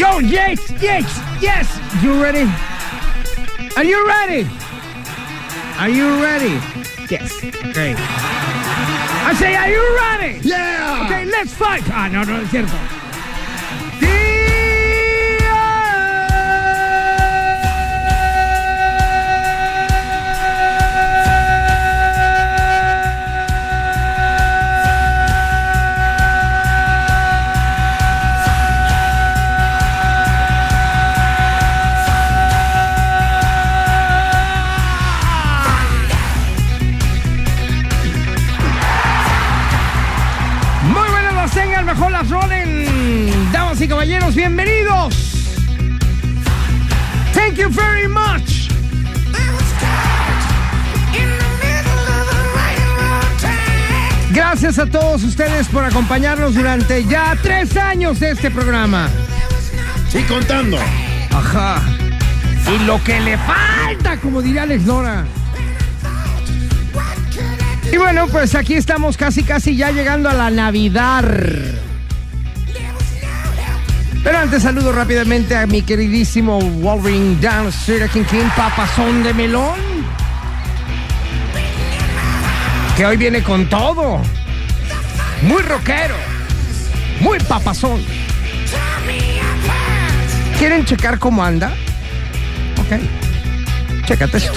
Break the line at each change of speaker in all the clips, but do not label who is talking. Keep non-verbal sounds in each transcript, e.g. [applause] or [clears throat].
Yo, yes, yes, yes. You ready? Are you ready? Are you ready? Yes. Great. I say, are you ready?
Yeah.
Okay, let's fight. Ah, no, no, es cierto. Muy buenas las tengan, mejor las rolen. Damas y caballeros, bienvenidos. Thank you very much. Gracias a todos ustedes por acompañarnos durante ya tres años de este programa.
Sí, contando.
Ajá. Y lo que le falta, como diría Alex Dora. Y bueno, pues aquí estamos casi casi ya llegando a la Navidad. Pero antes saludo rápidamente a mi queridísimo Wolverine Down King King, papazón de melón. Que hoy viene con todo. Muy rockero. Muy papazón. ¿Quieren checar cómo anda? Ok. Chécate esto.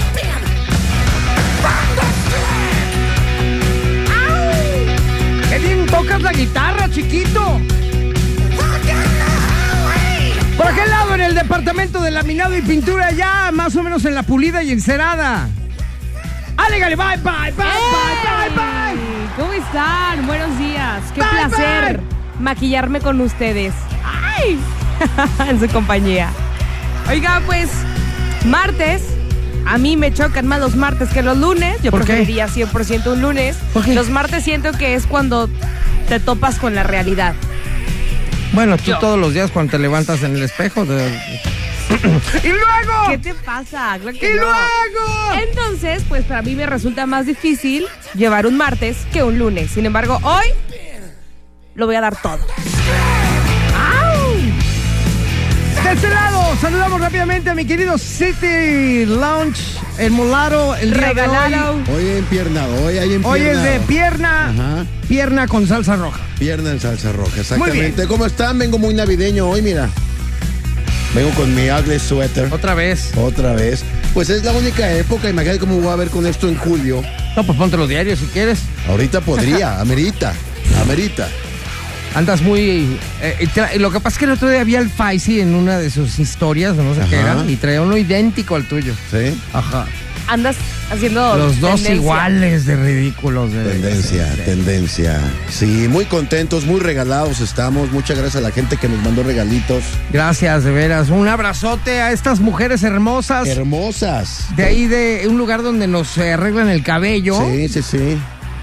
¡Qué bien tocas la guitarra, chiquito! Por aquel lado, en el departamento de laminado y pintura, ya más o menos en la pulida y encerada. ¡Álégale! ¡Bye, bye, bye, bye, bye,
¡Hey!
bye!
¿Cómo están? Buenos días. Qué
Bye,
placer maquillarme con ustedes. ¡Ay! [laughs] en su compañía. Oiga, pues, martes. A mí me chocan más los martes que los lunes. Yo
¿Por qué?
preferiría 100% un lunes.
¿Por qué?
Los martes siento que es cuando te topas con la realidad.
Bueno, tú
Yo.
todos los días cuando te levantas en el espejo. de- [clears throat] ¡Y
¿Qué
luego!
te pasa? Claro que
¡Y
no.
luego!
Entonces, pues para mí me resulta más difícil llevar un martes que un lunes. Sin embargo, hoy lo voy a dar todo.
De este lado, saludamos rápidamente a mi querido City Lounge, el mularo, el día de hoy.
Regalado.
Hoy en pierna, hoy hay en pierna.
Hoy es de pierna,
Ajá.
pierna con salsa roja.
Pierna en salsa roja,
Muy
exactamente.
bien.
¿Cómo están? Vengo muy navideño hoy, mira. Vengo con mi ugly sweater.
Otra vez.
Otra vez. Pues es la única época, imagínate cómo voy a ver con esto en julio.
No, pues ponte los diarios si quieres. [laughs]
Ahorita podría, amerita, amerita.
Andas muy... eh, eh, tra- lo que pasa es que el otro día vi al Faisy en una de sus historias, no sé qué
Ajá.
era, y traía uno idéntico al tuyo.
¿Sí?
Ajá.
Andas haciendo.
Los dos
Oh, tendencia.
iguales de ridículos. de-
Tendencia, tendencia. Sí, muy contentos, muy regalados estamos. Muchas gracias a la gente que nos mandó regalitos.
Gracias, de veras. Un abrazote a estas mujeres hermosas.
Hermosas.
de ahí de un lugar donde nos eh, arreglan el cabello.
Sí, sí, sí.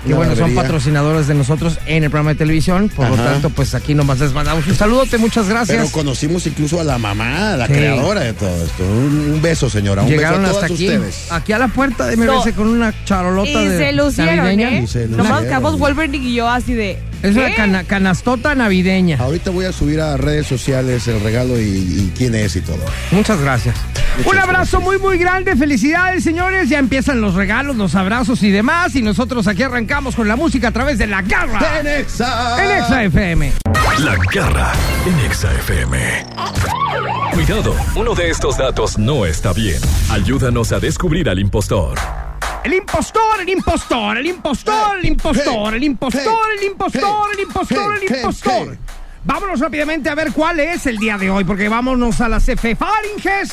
Que
Una
bueno, son
barbería.
patrocinadores de nosotros en el programa de televisión. Por lo
Ajá.
tanto, pues aquí nomás les mandamos un saludote, muchas
Pero
gracias.
conocimos incluso a la mamá, a la
Sí.
creadora de todo esto. Un, un beso, señora. Un
Llegaron
beso a
hasta
todas
aquí, Ah.
ustedes.
aquí a la puerta de MBS
No.
con una charolota
Y
de
se lucieron,
navideña.
¿eh?
Y se
Nomás
lucieron.
quedamos Wolverine y yo así de.
Es una
¿qué?
cana- canastota navideña.
Ahorita voy a subir a redes sociales el regalo y, y quién es y todo.
Muchas gracias.
Muchas
Un abrazo muy, muy grande. Felicidades, señores. Ya empiezan los regalos, los abrazos y demás. Y nosotros aquí arrancamos con la música a través de la garra
En Exa.
Ah. en Exa FM.
La Garra en Exa FM. Cuidado, uno de estos datos no está bien. Ayúdanos a descubrir al impostor.
El impostor, el impostor, el impostor, el impostor, el impostor, el impostor, el impostor, el impostor. Vámonos rápidamente a ver cuál es el día de hoy, porque vámonos a las F Faringes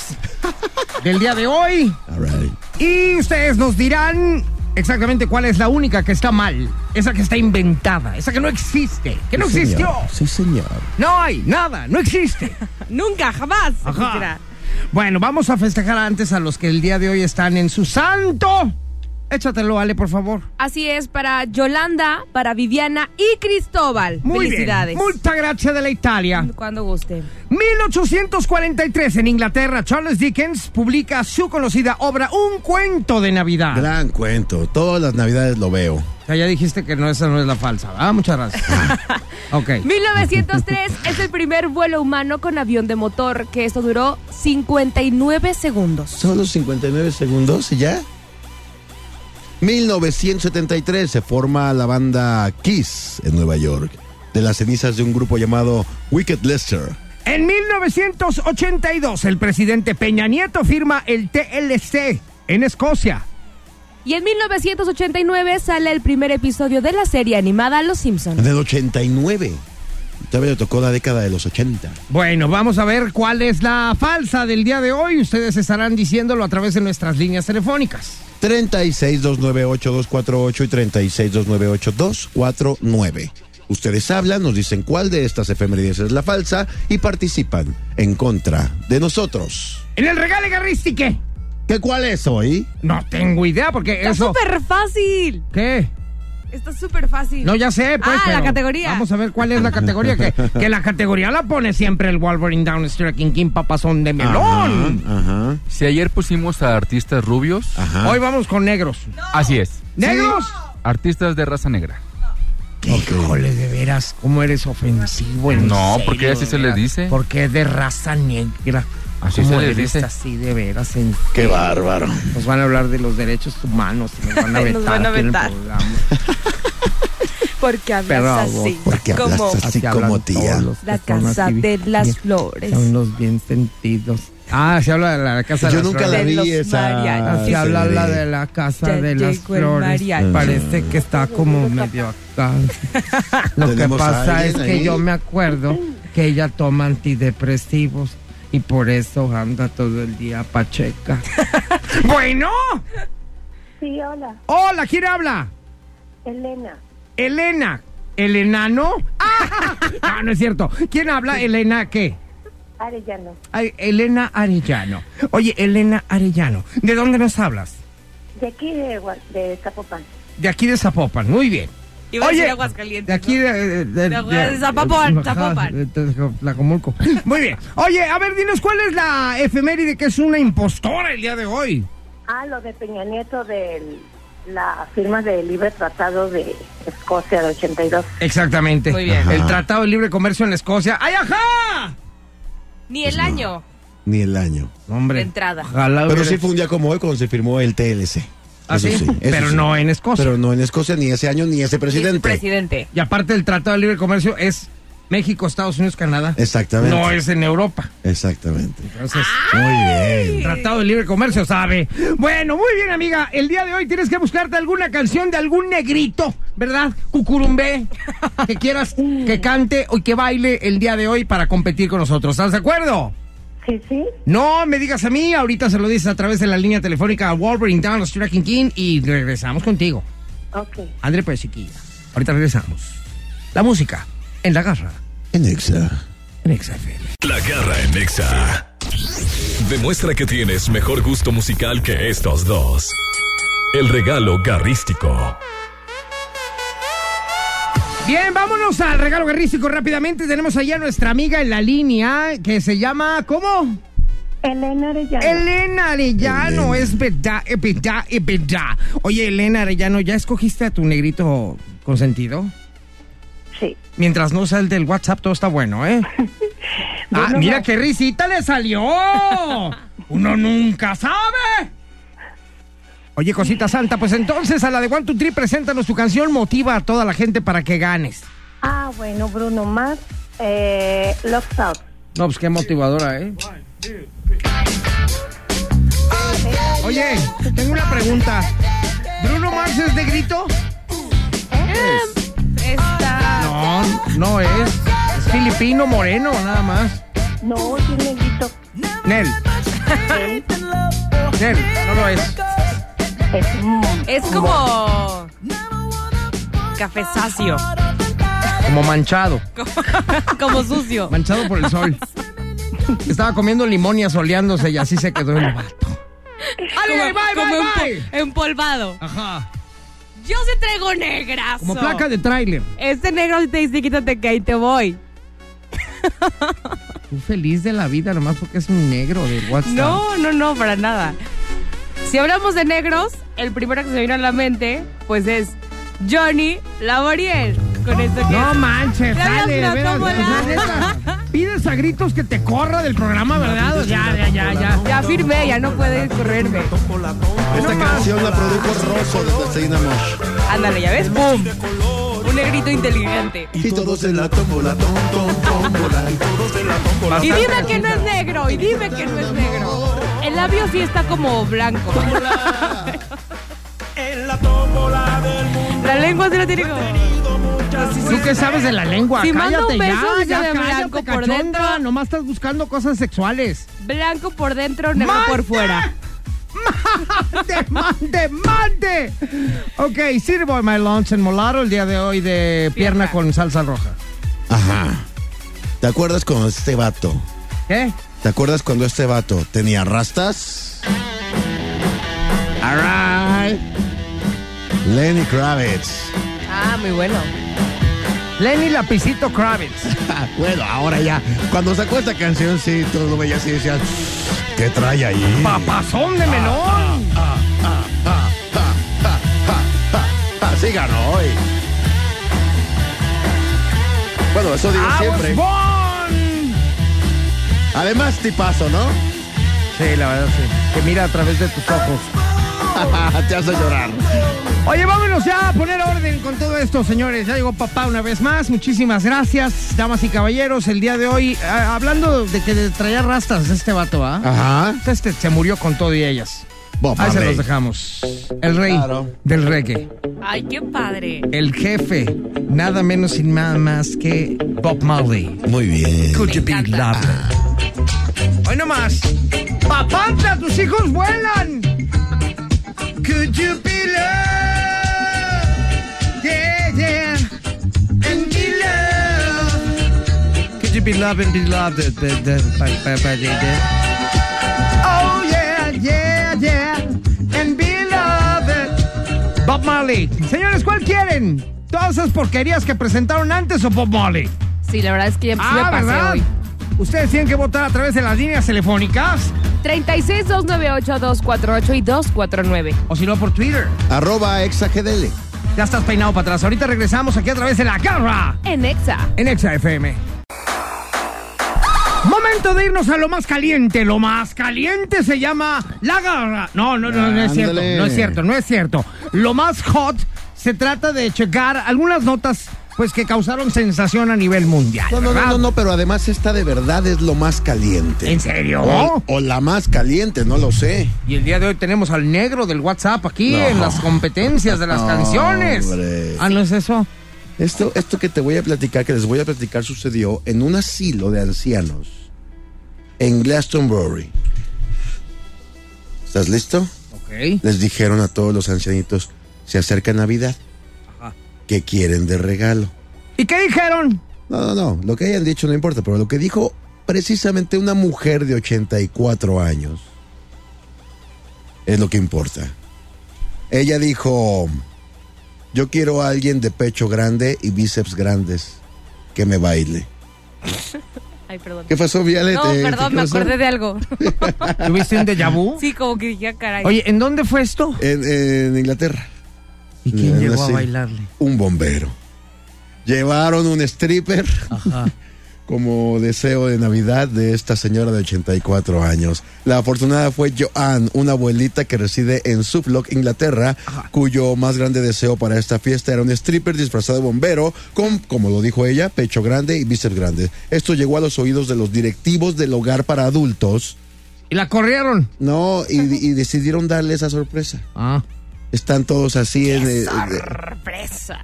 [laughs]
del día de hoy.
All right.
Y ustedes nos dirán exactamente cuál es la única que está mal, esa que está inventada, esa que no existe, que no
Sí, señor.
existió.
Sí, señor.
No hay nada, no existe.
Nunca, jamás.
Ajá.
existirá.
Bueno, vamos a festejar antes a los que el día de hoy están en su santo. Échatelo, Ale, por favor.
Así es, para Yolanda, para Viviana y Cristóbal.
Muy
Felicidades.
bien. Mucha gracia de la Italia.
Cuando guste.
1843, en Inglaterra, Charles Dickens publica su conocida obra Un cuento de Navidad.
Gran cuento. Todas las navidades lo veo.
O sea, ya dijiste que no, esa no es la falsa. Ah, muchas gracias. ok.
1903 es el primer vuelo humano con avión de motor, que esto duró 59 segundos.
Solo 59 segundos y ya. 1973 se forma la banda Kiss en Nueva York, de las cenizas de un grupo llamado Wicked Lester.
En 1982, el presidente Peña Nieto firma el TLC en Escocia.
Y en 1989 sale el primer episodio de la serie animada Los
En
Simpsons.
el 89. Todavía le tocó la década de los 80.
Bueno, vamos a ver cuál es la falsa del día de hoy. Ustedes estarán diciéndolo a través de nuestras líneas telefónicas.
36298248 y 36298249. Ustedes hablan, nos dicen cuál de estas efemérides es la falsa y participan en contra de nosotros.
En el regale garristique.
¿Qué cuál es hoy?
No tengo idea porque
Está
eso.
súper fácil.
¿Qué?
Está súper fácil.
No, ya sé, pues.
Ah, la
pero
categoría.
Vamos a ver cuál es la categoría. que, que la categoría la pone siempre el Wolverine Downstreet King King Papazón de Melón.
Ajá.
Si ayer pusimos a artistas rubios,
Ajá.
Hoy vamos con negros.
así es.
¡Negros!
Artistas de raza negra.
Híjole, de veras, cómo eres ofensivo. en
No,
serio,
porque así
de
se le
veras.
dice.
Porque es de raza negra.
Así
¿Cómo
se le
eres
dice.
así de veras. en-
Qué bárbaro.
Nos van a hablar de los derechos humanos. y Nos van
[laughs]
a vetar.
Nos van a
aquí en el
vetar.
programa.
Porque hablas
Pero,
así.
porque hablas
como
así.
Así hablan
como tía.
todos los que
la
son
casa
así,
de
bien-
las flores.
Son los bien sentidos. Ah, se habla de la casa
Yo
de las
nunca la
flores.
De los
vi esa.
Marianos.
Ah, se
Ah,
habla
serie.
la de la casa
Ya
de las
llegó el
flores.
Mm.
mariachi.
Parece que está como medio
[laughs]
acá. Lo que
¿Tenemos a
pasa es
alguien
que
ahí?
yo me acuerdo que ella toma antidepresivos y por eso anda todo el día
[laughs]
pacheca. bueno,
Sí, hola,
hola, ¿quién habla?
Elena.
Elena. ¿Elena no? [laughs] Ah, no es cierto. ¿Quién habla? ¿Elena qué?
Arellano,
Ay, Elena Arellano. Oye, Elena Arellano, ¿de dónde nos hablas?
de aquí de, Gua- de Zapopan.
De aquí de Zapopan, muy bien.
Iba a
Oye,
decir Aguascalientes,
De aquí
¿no?
de... de, de-
De Aguas-
de-
Zapopan,
ajá,
Zapopan.
de Tlajomulco. [laughs] Muy bien. Oye, a ver, dinos, ¿cuál es la efeméride que es una impostora el día de hoy?
Ah, lo de Peña Nieto de la firma del libre tratado de Escocia de 82.
Exactamente.
Muy bien.
El
Ajá.
Tratado de Libre Comercio en Escocia. ¡Ay, ajá!
Ni el año.
Ni el año.
Hombre.
De entrada.
Ojalá
Pero
hubiera-
sí fue un día como hoy cuando se firmó el TLC.
¿Ah, sí?
Eso eso
Pero no en Escocia.
Pero no en Escocia, ni ese año, ni ese
Presidente.
presidente.
presidente.
Y aparte el Tratado de Libre Comercio es México, Estados Unidos, Canadá.
Exactamente.
No es en Europa.
Exactamente.
Entonces...
Muy bien.
Tratado de libre comercio, sabe. Bueno, muy bien, amiga. El día de hoy tienes que buscarte alguna canción de algún negrito, ¿verdad? Cucurumbé, que quieras que cante o que baile el día de hoy para competir con nosotros. ¿Estás de acuerdo?
Sí, sí.
No me digas a mí, ahorita se lo dices a través de la línea telefónica a Wolverine Down, los Tracking King y regresamos contigo.
Ok.
André pues, chiquilla. Ahorita regresamos. La música en la garra,
En Exa.
en XFM.
La garra en Nexa. Demuestra que tienes mejor gusto musical que estos dos. El regalo garrístico.
Bien, vámonos al regalo guerrístico rápidamente. Tenemos allá a nuestra amiga en la línea que se llama, ¿cómo?
Elena Arellano.
Elena Arellano. Es verdad, es verdad, es verdad. Oye, Elena Arellano, ¿ya escogiste a tu negrito consentido?
Sí.
Mientras no sea el del WhatsApp, todo está bueno,
[laughs]
¿eh? ah,
Bueno,
mira
no.
qué risita le salió. Uno nunca sabe. Oye, cosita santa, pues entonces a la de One Two Three, preséntanos tu canción, motiva a toda la gente para que ganes.
Ah, bueno, Bruno Mars, eh, Love Out.
No, pues qué motivadora, ¿eh? Oye, tengo una pregunta. ¿Bruno Mars es de grito?
Está.
No, no es. Es filipino moreno, nada más.
No, sí, negrito.
Nel, Nel, no lo es.
Es, mm,
Es como. Cafezacio.
Como manchado.
Como
[laughs]
sucio.
Manchado por el sol. Estaba comiendo limón y asoleándose y así se quedó el vato. ¡Ale, bye,
como
bye,
empo-
bye!
empolvado.
Ajá.
Yo se traigo negras.
Como placa de tráiler.
Este negro sí te dice quítate que ahí te voy.
Tú feliz de la vida, nomás porque es un negro de WhatsApp.
No, no, no, para nada. Si hablamos de negros, el primero que se me vino a la mente, pues es Johnny Laboriel. Con esto que
No manches,
Ya habías
dale, de veras,
platómala.
o sea, neta, Pides a gritos que te corra del programa, ¿verdad?
pues,
O sea, ya, ya, ya, ya.
ya firmé, ya no puedes correrme.
Esta canción la produjo Rosso desde Seinamore.
Ándale, ya ves, ¡pum! Un negrito inteligente.
Y todos en la tómbola, tom, tom, tómbola, y todos en la tómbola.
Y dime que no es negro, y dime que no es negro. El labio sí está como blanco. La lengua sí la tiene como...
¿Tú qué sabes de la lengua?
pues, Si manda
cállate
un beso,
ya,
dice
ya
de
cállate,
blanco por
cachonda.
dentro.
Nomás estás buscando cosas sexuales.
Blanco por dentro, negro por fuera.
[laughs] ¡Mande, mande, mande! Ok, sirvo my lunch en molaro el día de hoy de pierna,
Pierna.
con salsa roja.
Ajá. ¿Te acuerdas cuando este vato?
¿Qué?
¿Te acuerdas cuando este vato tenía rastas? Alright. Lenny [laughs] Kravitz.
Ah, muy bueno.
Lenny Lapicito Kravitz.
Ah, bueno, ahora ya. Cuando sacó esta canción, sí, todos lo veías y decías, ¿qué trae ahí?
¡Papazón de melón!
Así ganó hoy. Bueno, eso digo
¡I was
siempre.
born!
Además, tipazo, ¿no?
Sí, la verdad, sí. Que mira a través de tus ojos.
[laughs] Te hace llorar.
Oye, vámonos ya a poner orden con todo esto, señores. Ya llegó papá una vez más. Muchísimas gracias, damas y caballeros. El día de hoy, ah, hablando de que traía rastas este vato, ¿ah?
Ajá.
Este se murió con todo y ellas.
Bob
Ahí se
Marley.
los dejamos. El rey
Claro.
del reggae.
Ay, qué padre.
El jefe, nada menos y nada más que Bob Marley.
Muy bien.
Could you be loved? Hoy nomás. ¡Papanta, tus hijos vuelan! Could you be loved? Yeah, yeah. And be loved. Could you be loved and be loved? The- the- the- by- by- by- the- the- Oh, yeah, yeah, yeah. And be loved. Bob Marley. Señores, ¿cuál quieren? ¿Todas esas porquerías que presentaron antes o Bob Marley?
Sí, la verdad es que ya sí me
Ah,
pasé
¿verdad?
hoy.
Ustedes tienen que votar a través de las líneas telefónicas
36-298-248 y 249.
o si no por Twitter.
Arroba exagdl.
Ya estás peinado para atrás. Ahorita regresamos aquí a través de la garra
En Exa.
en Exa FM. Momento de irnos a lo más caliente. Lo más caliente se llama la garra. No, no, no, no es cierto.
Ándale.
No es cierto, no es cierto. Lo más hot se trata de checar algunas notas pues que causaron sensación a nivel mundial.
No, no, no,
¿verdad?
no, no, pero además esta de verdad es lo más caliente.
¿En serio?
O, o la más caliente, no lo sé.
Y el día de hoy tenemos al negro del WhatsApp aquí
No.
en las competencias de las
No,
canciones.
hombre.
Ah, ¿no es eso?
Esto, esto que te voy a platicar, que les voy a platicar, sucedió en un asilo de ancianos en Glastonbury. ¿Estás listo?
Ok.
Les dijeron a todos los ancianitos, se acerca Navidad. ¿Qué quieren de regalo?
¿Y qué dijeron?
No, no, no. Lo que hayan dicho no importa, pero lo que dijo precisamente una mujer de 84 años es lo que importa. Ella dijo, yo quiero a alguien de pecho grande y bíceps grandes que me baile.
Ay, perdón.
¿Qué pasó, Viale?
No,
¿Te-
perdón,
qué
me
pasó?
acordé de algo.
¿Tuviste un déjà vu?
[laughs] Sí, como que dije, ah, caray.
Oye, ¿en dónde fue esto?
En, en Inglaterra,
¿Y quién
en
llegó a
así.
bailarle?
un bombero. Llevaron un stripper
Ajá.
[laughs] como deseo de Navidad de esta señora de 84 años. La afortunada fue Joanne, una abuelita que reside en Suffolk, Inglaterra, cuyo más grande deseo para esta fiesta era un stripper disfrazado de bombero con, como lo dijo ella, pecho grande y bíceps grande. Esto llegó a los oídos de los directivos del hogar para adultos,
¿Y la corrieron?
¿no? Y, y decidieron darle esa sorpresa.
Ah.
Están todos así en... eh, eh,
Sorpresa.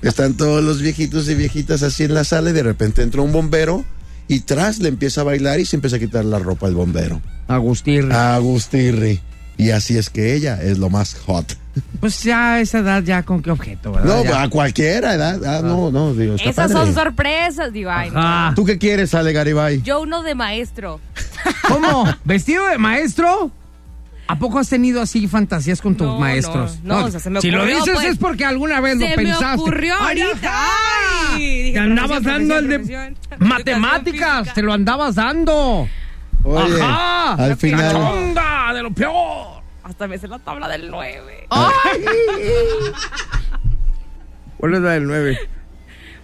Están todos los viejitos y viejitas así en la sala y de repente entra un bombero y tras le empieza a bailar y se empieza a quitar la ropa al bombero.
Agustín.
Ah. Agustirri. Y así es que ella es lo más hot.
Pues ya a esa edad, ya con qué objeto, ¿verdad?
No,
Ah, Ya.
a cualquiera edad. Ah, no, no, digo, está
Esas
padre.
son sorpresas, digo, ay, no.
Ajá.
¿Tú qué quieres, Ale Garibay?
Yo uno de maestro.
¿Cómo? [laughs] ¿Vestido de maestro? ¿A poco has tenido así fantasías con tus
No, no,
maestros?
no, o sea, se me
Si lo
ocurrió,
dices
pues.
es porque alguna vez lo
Se me
pensaste.
ocurrió ahorita.
¡Ajá!
Ay, dije,
te andabas
profesión,
dando el de
profesión, profesión. Educación
matemáticas,
física.
te lo andabas dando.
Oye,
Ajá.
al final.
Cachonda, de lo peor.
Hasta me sé la tabla del 9.
¿Cuál es la del [laughs] 9?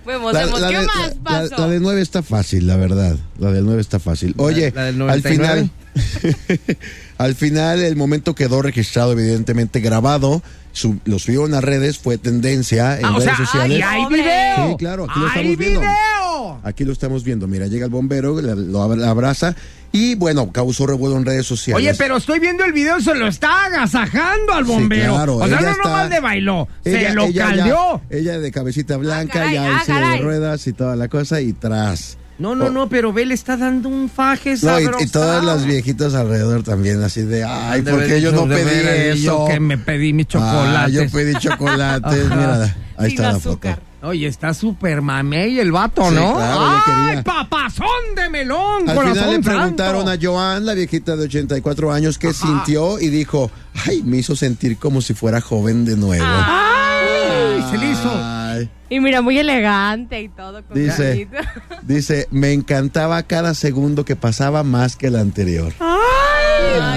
Vemos,
La,
vemos.
la
¿Qué
de,
más
la-
pasó?
la de 9 está fácil, la verdad. La del 9 está fácil. Oye,
la del
al
99.
final. [laughs] al final, el momento quedó registrado, evidentemente grabado. Su- lo subieron a redes, fue tendencia en
Ah, o
redes
sea, ¡ay,
sociales.
hay
Pobre.
video!
Sí, claro, aquí lo
¡Hay
estamos viendo.
video!
Aquí lo estamos viendo. Mira, llega el bombero, la- lo ab- la abraza y bueno, causó revuelo en redes sociales.
Oye, pero estoy viendo el video, se lo está agasajando al
Sí,
bombero.
claro,
o sea,
ella
no
está-
nomás le bailó, se lo
ya-
caldeó.
ella de cabecita blanca,
caray,
ya
ah,
en silla
caray.
de ruedas y toda la cosa y tras.
No, no,
Oh.
no, pero ve, le está dando un faje
No, y-
sabroso.
y, todas las viejitas alrededor también, así de, ay,
De
¿por qué
ver-
yo no
de
pedí
ver,
eso?
yo que me pedí mis
Ah, yo
chocolates.
pedí chocolates,
Ajá.
mira, ahí
Sin
está la foto.
azúcar.
Oye, está súper mamey el vato,
Sí,
¿no?
claro, yo
¡Ay,
quería.
papazón de melón!
Al
corazón
final le
santo!
preguntaron a Joan, la viejita de 84 años, qué sintió y dijo, ay, me hizo sentir como si fuera joven de nuevo.
¡Ay, se le Ah, hizo!
Ay.
Y mira, muy elegante y todo. Con
Dice,
cabellito.
dice, me encantaba cada segundo que pasaba más que el anterior. Ay,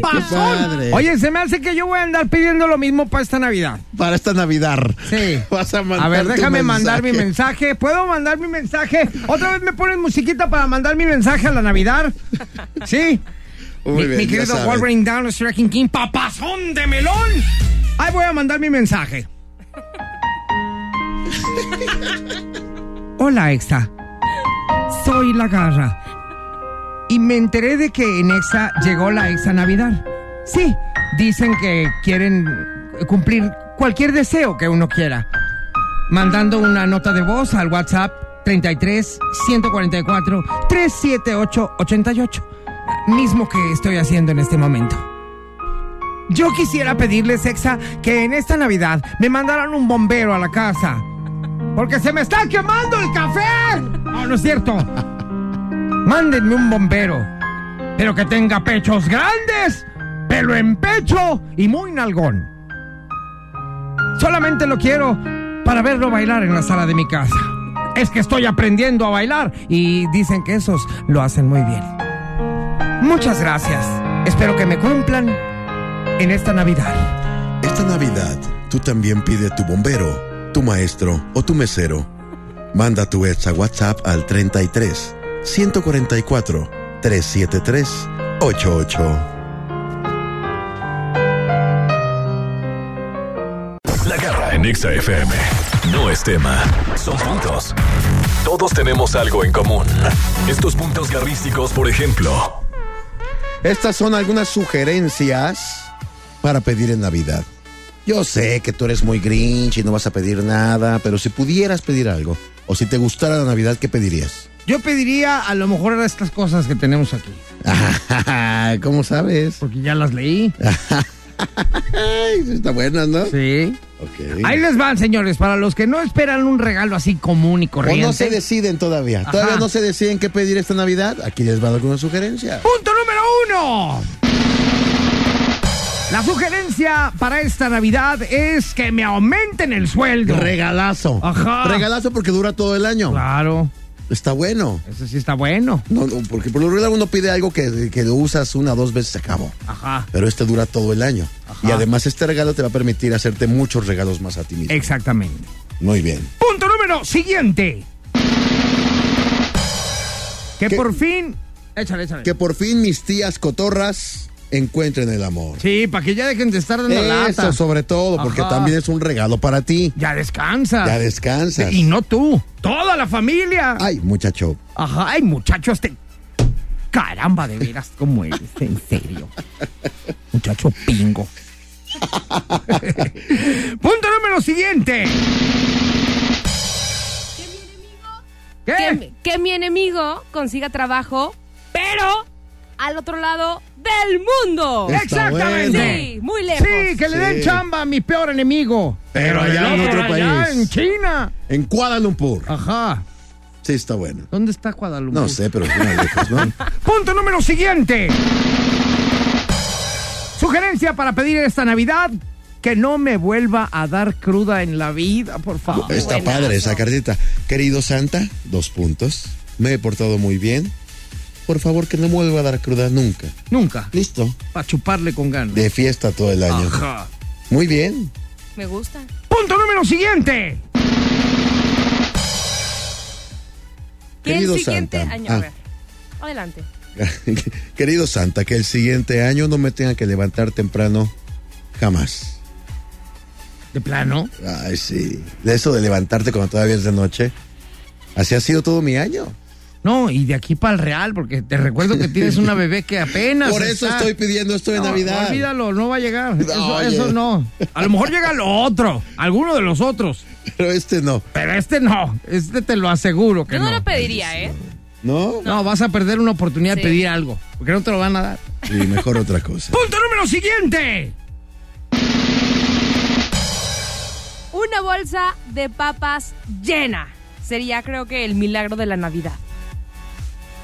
qué padre.
Oye, se me hace que yo voy a andar pidiendo lo mismo para esta Navidad.
para esta Navidad.
Sí.
[laughs] Vas a mandar
ver,
tu
déjame mandar mi
mensaje.
mensaje. ¿Puedo mandar mi mensaje? ¿Otra vez me ponen musiquita para mandar mi mensaje a la Navidad? Sí.
Muy
mi,
bien,
mi
ya
querido
sabes.
Wolverine Down, Striking King, papazón de melón. Ahí voy a mandar mi mensaje. Hola, Exa. Soy la garra. Y me enteré de que en Exa llegó la Exa Navidad. Sí, dicen que quieren cumplir cualquier deseo que uno quiera. Mandando una nota de voz al WhatsApp 33 144 378 88. Mismo que estoy haciendo en este momento. Yo quisiera pedirles, Exa, que en esta Navidad me mandaran un bombero a la casa. Porque se me está quemando el café. No, no es cierto. Mándenme un bombero. Pero que tenga pechos grandes, pelo en pecho y muy nalgón. Solamente lo quiero para verlo bailar en la sala de mi casa. Es que estoy aprendiendo a bailar y dicen que esos lo hacen muy bien. Muchas gracias. Espero que me cumplan en esta Navidad.
Esta Navidad, tú también pide tu bombero, tu maestro o tu mesero. Manda tu ex a WhatsApp al 33 144 373 88.
La garra en Exa FM. No es tema, son puntos. Todos tenemos algo en común. Estos puntos garrísticos, por ejemplo.
Estas son algunas sugerencias para pedir en Navidad. Yo sé que tú eres muy grinch y no vas a pedir nada, pero si pudieras pedir algo o si te gustara la Navidad, ¿qué pedirías? [laughs]
Yo pediría a lo mejor estas cosas que tenemos aquí,
¿Cómo sabes? [laughs]
porque ya las leí.
Ay, sí está buena, ¿no?
Sí.
Ok.
Ahí les van, señores, para los que no esperan un regalo así común y
O
corriente.
no se deciden todavía. Todavía
Ajá.
no se deciden qué pedir esta Navidad. Aquí les va alguna sugerencia.
Punto número uno. La sugerencia para esta Navidad es que me aumenten el sueldo.
Regalazo.
Ajá.
Regalazo porque dura todo el año.
Claro,
Está bueno.
eso sí está bueno.
No, no, porque por lo regular uno pide algo que, que lo usas una o dos veces se acabó.
Ajá.
Pero este dura todo el año. Y además este regalo te va a permitir hacerte muchos regalos más a ti mismo.
Exactamente.
Muy bien.
Punto número siguiente. Que
¿Qué?
por fin. Échale, échale.
Que por fin mis tías cotorras encuentren el amor.
Sí, para que ya dejen de estar dando
Eso
lata.
sobre todo, porque
Ajá.
también es un regalo para ti.
Ya descansa.
Ya descansas.
Y no tú, toda la familia.
Ay, muchacho.
Ajá, ay, muchacho, este. Caramba, de veras, ¿cómo eres? En serio. Muchacho pingo. [laughs] Punto Ponme lo siguiente.
Que,
¿Qué?
mi- que mi enemigo consiga trabajo, pero al otro lado del mundo.
Está
Exactamente.
bueno.
Sí, muy lejos.
Sí, que le den
Sí.
chamba a mi peor enemigo.
Pero allá en
del
otro
otro- allá
país.
en China.
En Kuala Lumpur.
Ah.
Ajá.
Sí, está bueno.
¿Dónde está Guadalupe?
No sé, pero es una
[laughs]
lejos, ¿no?
Punto número siguiente. Sugerencia para pedir esta Navidad. Que no me vuelva a dar cruda en la vida, por favor.
Está padre esa cartita. Querido Santa, dos puntos. Me he portado muy bien. Por favor, que no me vuelva a dar cruda nunca.
Nunca.
Listo.
Para chuparle con ganas.
De fiesta todo el año.
Ajá.
Muy bien.
Me gusta.
Punto número siguiente.
Que el
Querido
siguiente
Santa.
año. a
Ah.
ver, Adelante.
[laughs] Querido Santa, que el siguiente año no me tenga que levantar temprano jamás.
De plano.
Ay, sí. De eso de levantarte cuando todavía es de noche. Así ha sido todo mi año.
No, y de aquí para el real, porque te recuerdo que tienes una bebé que apenas.
Por eso
está-
estoy pidiendo esto de
No,
Navidad.
Olvídalo, no va a llegar. eso,
oye.
eso no. A lo mejor llega el otro, alguno de los otros.
Pero este no.
Pero este no. Este te lo aseguro que
Yo no,
no.
lo pediría, ¿eh?
¿No?
No, vas a perder una oportunidad de
Sí.
pedir algo, porque no te lo van a dar.
Y mejor otra cosa.
Punto número siguiente.
Una bolsa de papas llena. Sería, creo que, el milagro de la Navidad.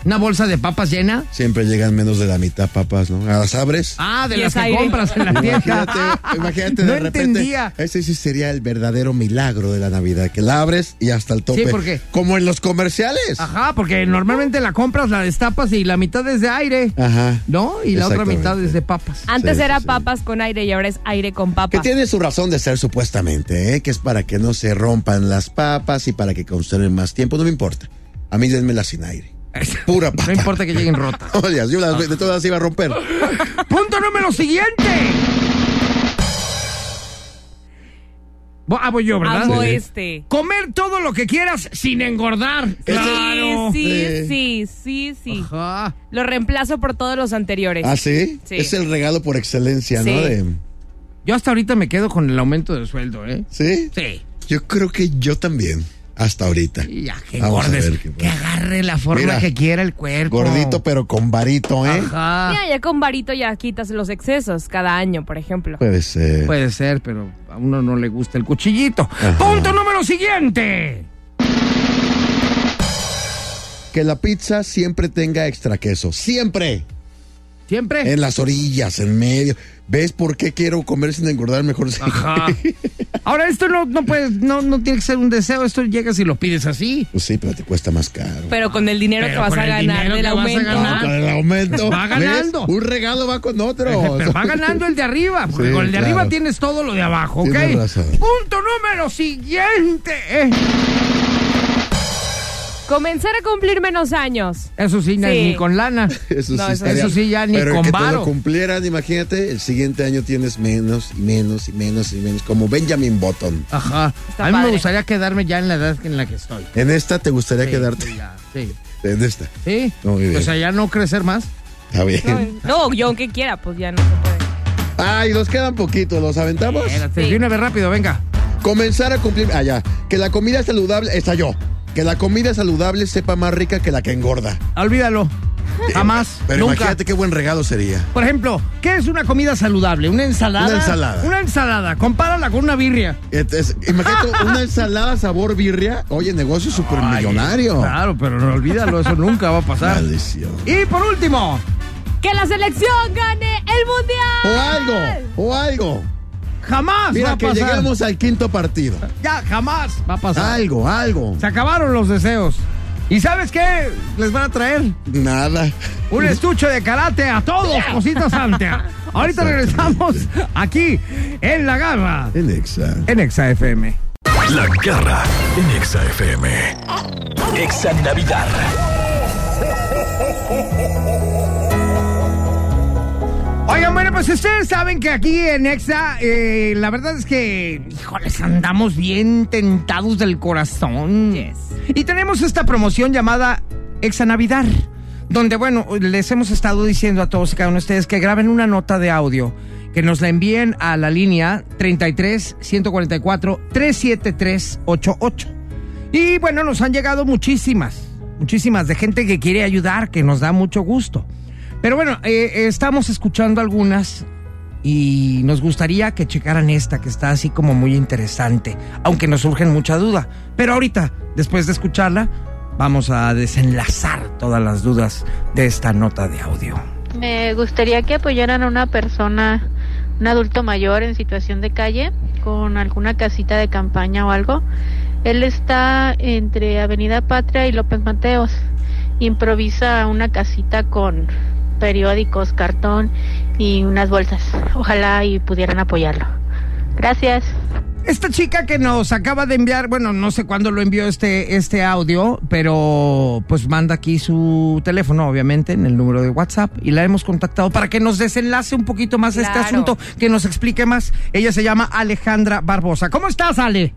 Una bolsa de papas llena.
Siempre llegan menos de la mitad papas, ¿no? A las abres.
Ah, de
Y
las
es
que
aire.
compras en la
[laughs] Imagínate,
tienda.
imagínate
No
de repente.
entendía.
Ese sí sería el verdadero milagro de la Navidad, que la abres y hasta el tope.
Sí, ¿por qué?
Como en los comerciales.
Ajá, porque normalmente la compras, la destapas y la mitad es de aire,
Ajá.
¿no? Y la otra
Exactamente.
mitad es de papas.
Antes
Sí,
era
sí, sí.
papas con aire y ahora es aire con
Que
Ah.
papas.
tiene su razón de ser supuestamente, ¿eh? que es para que no se rompan las papas y para que conserven más tiempo. No me importa. A mí denmelas sin aire. Pura papa.
No
[laughs]
importa Ah. que lleguen rotas.
Oye, yo las, de todas las iba a romper.
[laughs] Punto número siguiente. Vo- Ah, voy yo, ¿verdad?
Amo
Sí.
este.
Comer todo lo que quieras sin engordar. Claro.
Sí,
Sí.
sí, sí, sí, sí.
Ajá.
Lo reemplazo por todos los anteriores.
¿Ah, sí?
Sí.
Es el regalo por excelencia, ¿no?
Sí.
De-
Yo hasta ahorita me quedo con el aumento del sueldo, ¿eh?
¿Sí?
Sí.
Yo creo que yo también, hasta ahorita.
Y Ya, que
Vamos a
engordes.
ver qué
que
pasa.
agarre la forma
Mira,
que quiera el cuerpo.
Gordito, pero con varito, ¿eh?
Ajá.
Ah. Ya, ya con varito ya quitas los excesos cada año, por ejemplo.
Puede ser.
Puede ser, pero a uno no le gusta el cuchillito. Punto número siguiente.
Que la pizza siempre tenga extra queso. Siempre.
Siempre.
En las orillas, en medio. ¿Ves por qué quiero comer sin engordar? Mejor [laughs] sí.
Ajá. Ahora, esto no, no, puedes, no, no tiene que ser un deseo. Esto llegas y lo pides
[laughs]
así.
Pues sí, pero te cuesta más caro.
Pero con el dinero
Pero
que vas
con
a
el
ganar
dinero
del
que vas a
aumento.
ganar.
Con el aumento.
Va
¿ves?
ganando.
Un regalo va con otro.
[laughs] Pero va ganando el de arriba, porque
Sí,
con el de
claro.
arriba tienes todo lo de abajo, ¿ok?
Tienes razón.
Punto número siguiente. Eh,
Comenzar a cumplir menos años.
Eso sí, ni-
Sí.
ni con lana.
[laughs] [laughs] Eso
No, eso
sí, estaría-
sí. Eso sí, ya ni
pero
con
que te
varo.
lo cumplieran, imagínate, el siguiente año tienes menos y menos y menos y menos, como Benjamin Button.
Ajá.
Está
a mí me
padre.
gustaría quedarme ya en la edad en la que estoy.
En esta te gustaría
Sí,
quedarte.
ya, sí.
En esta.
Sí.
Muy bien.
O sea, ya no crecer más.
Está bien.
No, yo aunque quiera, pues ya no se puede.
Ay, nos quedan poquitos, ¿los aventamos?
Espérate,
Sí.
de una vez rápido, venga.
Comenzar a cumplir. Allá. Que la comida saludable. Está yo. Que la comida saludable sepa más rica que la que engorda.
Olvídalo. [laughs] Jamás.
Pero
nunca.
imagínate qué buen regalo sería.
Por ejemplo, ¿qué es una comida saludable? ¿Una ensalada?
Una ensalada.
Una ensalada. Compárala con una birria.
Entonces,
[laughs]
imagínate una ensalada sabor birria. Oye, negocio supermillonario.
Claro, pero no olvídalo,
[laughs]
eso nunca va a pasar.
Maldición.
Y por último,
¡Que la selección gane el
O
mundial!
algo. O algo.
jamás va
Mira,
a
que
pasar.
llegamos al quinto partido.
Ya, jamás va a pasar.
Algo, algo.
Se acabaron los deseos. ¿Y sabes qué? Les van a traer
Nada.
un estuche de karate a todos, cosita santa. Ahorita regresamos aquí en La Garra,
En Exa.
en Exa FM.
La garra en Exa FM. Exa Navidad.
Oigan, bueno, pues ustedes saben que aquí en Exa, eh, la verdad es que, híjoles, andamos bien tentados del corazón. Y tenemos esta promoción llamada Exa Navidad, donde, bueno, les hemos estado diciendo a todos y cada uno de ustedes que graben una nota de audio que nos la envíen a la línea 33 144 373 88. Y bueno, nos han llegado muchísimas, muchísimas de gente que quiere ayudar, que nos da mucho gusto. Pero bueno, eh, estamos escuchando algunas y nos gustaría que checaran esta que está así como muy interesante, aunque nos surgen mucha duda. Pero ahorita, después de escucharla, vamos a desenlazar todas las dudas de esta nota de audio.
Me gustaría que apoyaran a una persona, un adulto mayor en situación de calle, con alguna casita de campaña o algo. Él está entre Avenida Patria y López Mateos. Improvisa una casita con periódicos, cartón y unas bolsas. Ojalá y pudieran apoyarlo. Gracias.
Esta chica que nos acaba de enviar, bueno, no sé cuándo lo envió este, este audio, pero pues manda aquí su teléfono, obviamente, en el número de WhatsApp, y la hemos contactado para que nos desenlace un poquito más este
Claro.
asunto, que nos explique más. Ella se llama Alejandra Barbosa. ¿Cómo estás, Ale?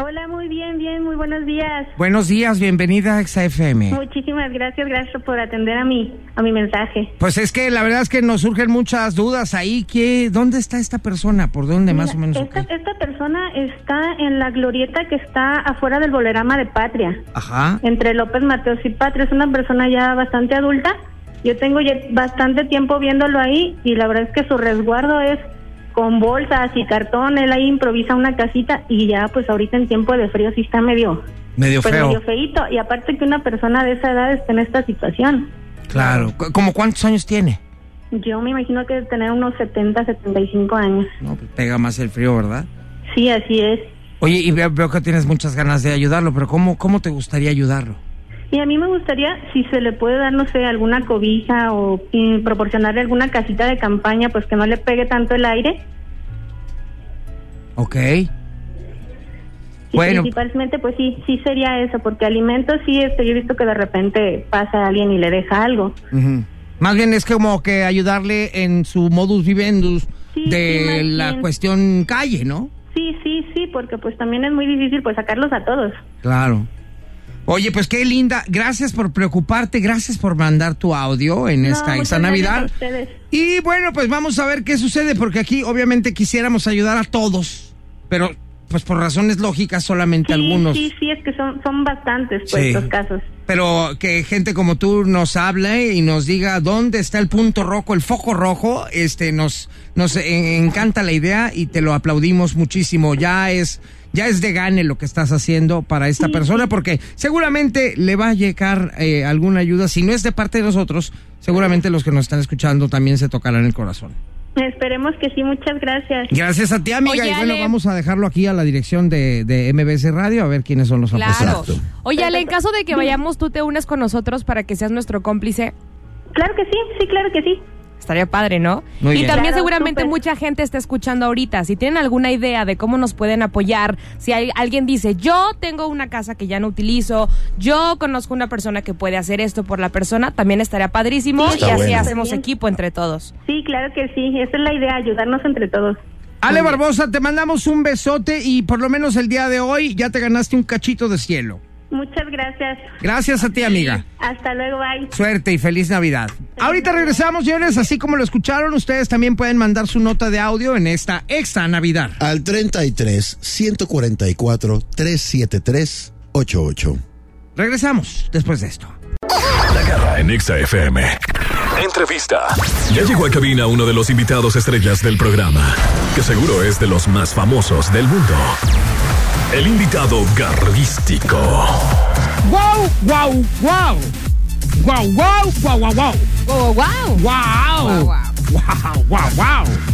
Hola, muy bien, bien, muy buenos días.
Buenos días, bienvenida a XFM.
Muchísimas gracias, gracias por atender a mi, a mi mensaje.
Pues es que la verdad es que nos surgen muchas dudas ahí. ¿qué, ¿Dónde está esta persona? ¿Por dónde más o
Mira,
menos?
Esta,
ok?
esta persona está en la glorieta que está afuera del bolerama de Patria,
Ajá.
entre López Mateos y Patria. Es una persona ya bastante adulta. Yo tengo ya bastante tiempo viéndolo ahí y la verdad es que su resguardo es con bolsas y cartón. Él ahí improvisa una casita y ya, pues ahorita en tiempo de frío sí está medio,
Medio
pues,
feo.
medio feíto. Y aparte que una persona de esa edad esté en esta situación.
Claro. ¿Cu- ¿Cómo cuántos años tiene?
Yo me imagino que debe tener unos 70, 75 años.
No, pues pega más el frío, ¿verdad?
Sí, así es.
Oye, y veo, veo que tienes muchas ganas de ayudarlo, pero ¿cómo, cómo te gustaría ayudarlo?
Y a mí me gustaría, si se le puede dar, no sé, alguna cobija o mm, proporcionarle alguna casita de campaña, pues que no le pegue tanto el aire.
Ok.
Y
Bueno.
principalmente, pues sí, sí sería eso, porque alimentos sí, este, yo he visto que de repente pasa alguien y le deja algo.
Ujú. Más bien es como que ayudarle en su modus vivendus
Sí, sí,
de
más
la
bien.
cuestión calle, ¿no?
Sí, sí, sí, porque pues también es muy difícil pues sacarlos a todos.
Claro. Oye, pues qué linda. Gracias por preocuparte, gracias por mandar tu audio en
No,
esta,
muchas
esta
gracias a
Navidad.
ustedes.
Y bueno, pues vamos a ver qué sucede, porque aquí obviamente quisiéramos ayudar a todos, pero pues por razones lógicas solamente
Sí,
algunos.
sí, sí, es que son, son bastantes pues
Sí.
los casos.
Pero que gente como tú nos hable y nos diga dónde está el punto rojo, el foco rojo, este nos nos en- encanta la idea y te lo aplaudimos muchísimo. Ya es ya es de gane lo que estás haciendo para esta persona porque seguramente le va a llegar eh, alguna ayuda. Si no es de parte de nosotros, seguramente los que nos están escuchando también se tocarán el corazón.
Esperemos que sí, muchas gracias.
Gracias a ti, amiga.
Oye,
y bueno,
Ale.
vamos a dejarlo aquí a la dirección de, de MBS Radio a ver quiénes
pues,
son los
Claro.
apostados.
Oye, Ale, en caso de que vayamos, tú te unes con nosotros para que seas nuestro cómplice.
Claro que sí, sí, claro que sí.
Estaría padre, ¿no?
Muy
y
bien.
también
Claro,
seguramente
súper.
mucha gente está escuchando ahorita. Si tienen alguna idea de cómo nos pueden apoyar, si hay, alguien dice, yo tengo una casa que ya no utilizo, yo conozco una persona que puede hacer esto por la persona, también estaría padrísimo
Sí,
y
Está
así
bueno.
hacemos
Bien.
equipo entre todos.
Sí, claro que sí. Esa es la idea, ayudarnos entre todos.
Ale Barbosa, te mandamos un besote y por lo menos el día de hoy ya te ganaste un cachito de cielo.
Muchas gracias.
Gracias a ti, amiga.
Hasta luego, bye.
Suerte y feliz Navidad. Ahorita regresamos, señores. Así como lo escucharon, ustedes también pueden mandar su nota de audio en esta extra Navidad.
Al 33 144 373 88.
Regresamos después de esto.
Agarra en Exa FM. Entrevista. Ya llegó a cabina uno de los invitados estrellas del programa, que seguro es de los más famosos del mundo. El invitado garrístico.
¡Wow, wow, wow! ¡Wow, wow, wow, wow, wow!
¡Wow! wow.
¡Wow!
Guau,
¡Wow, wow,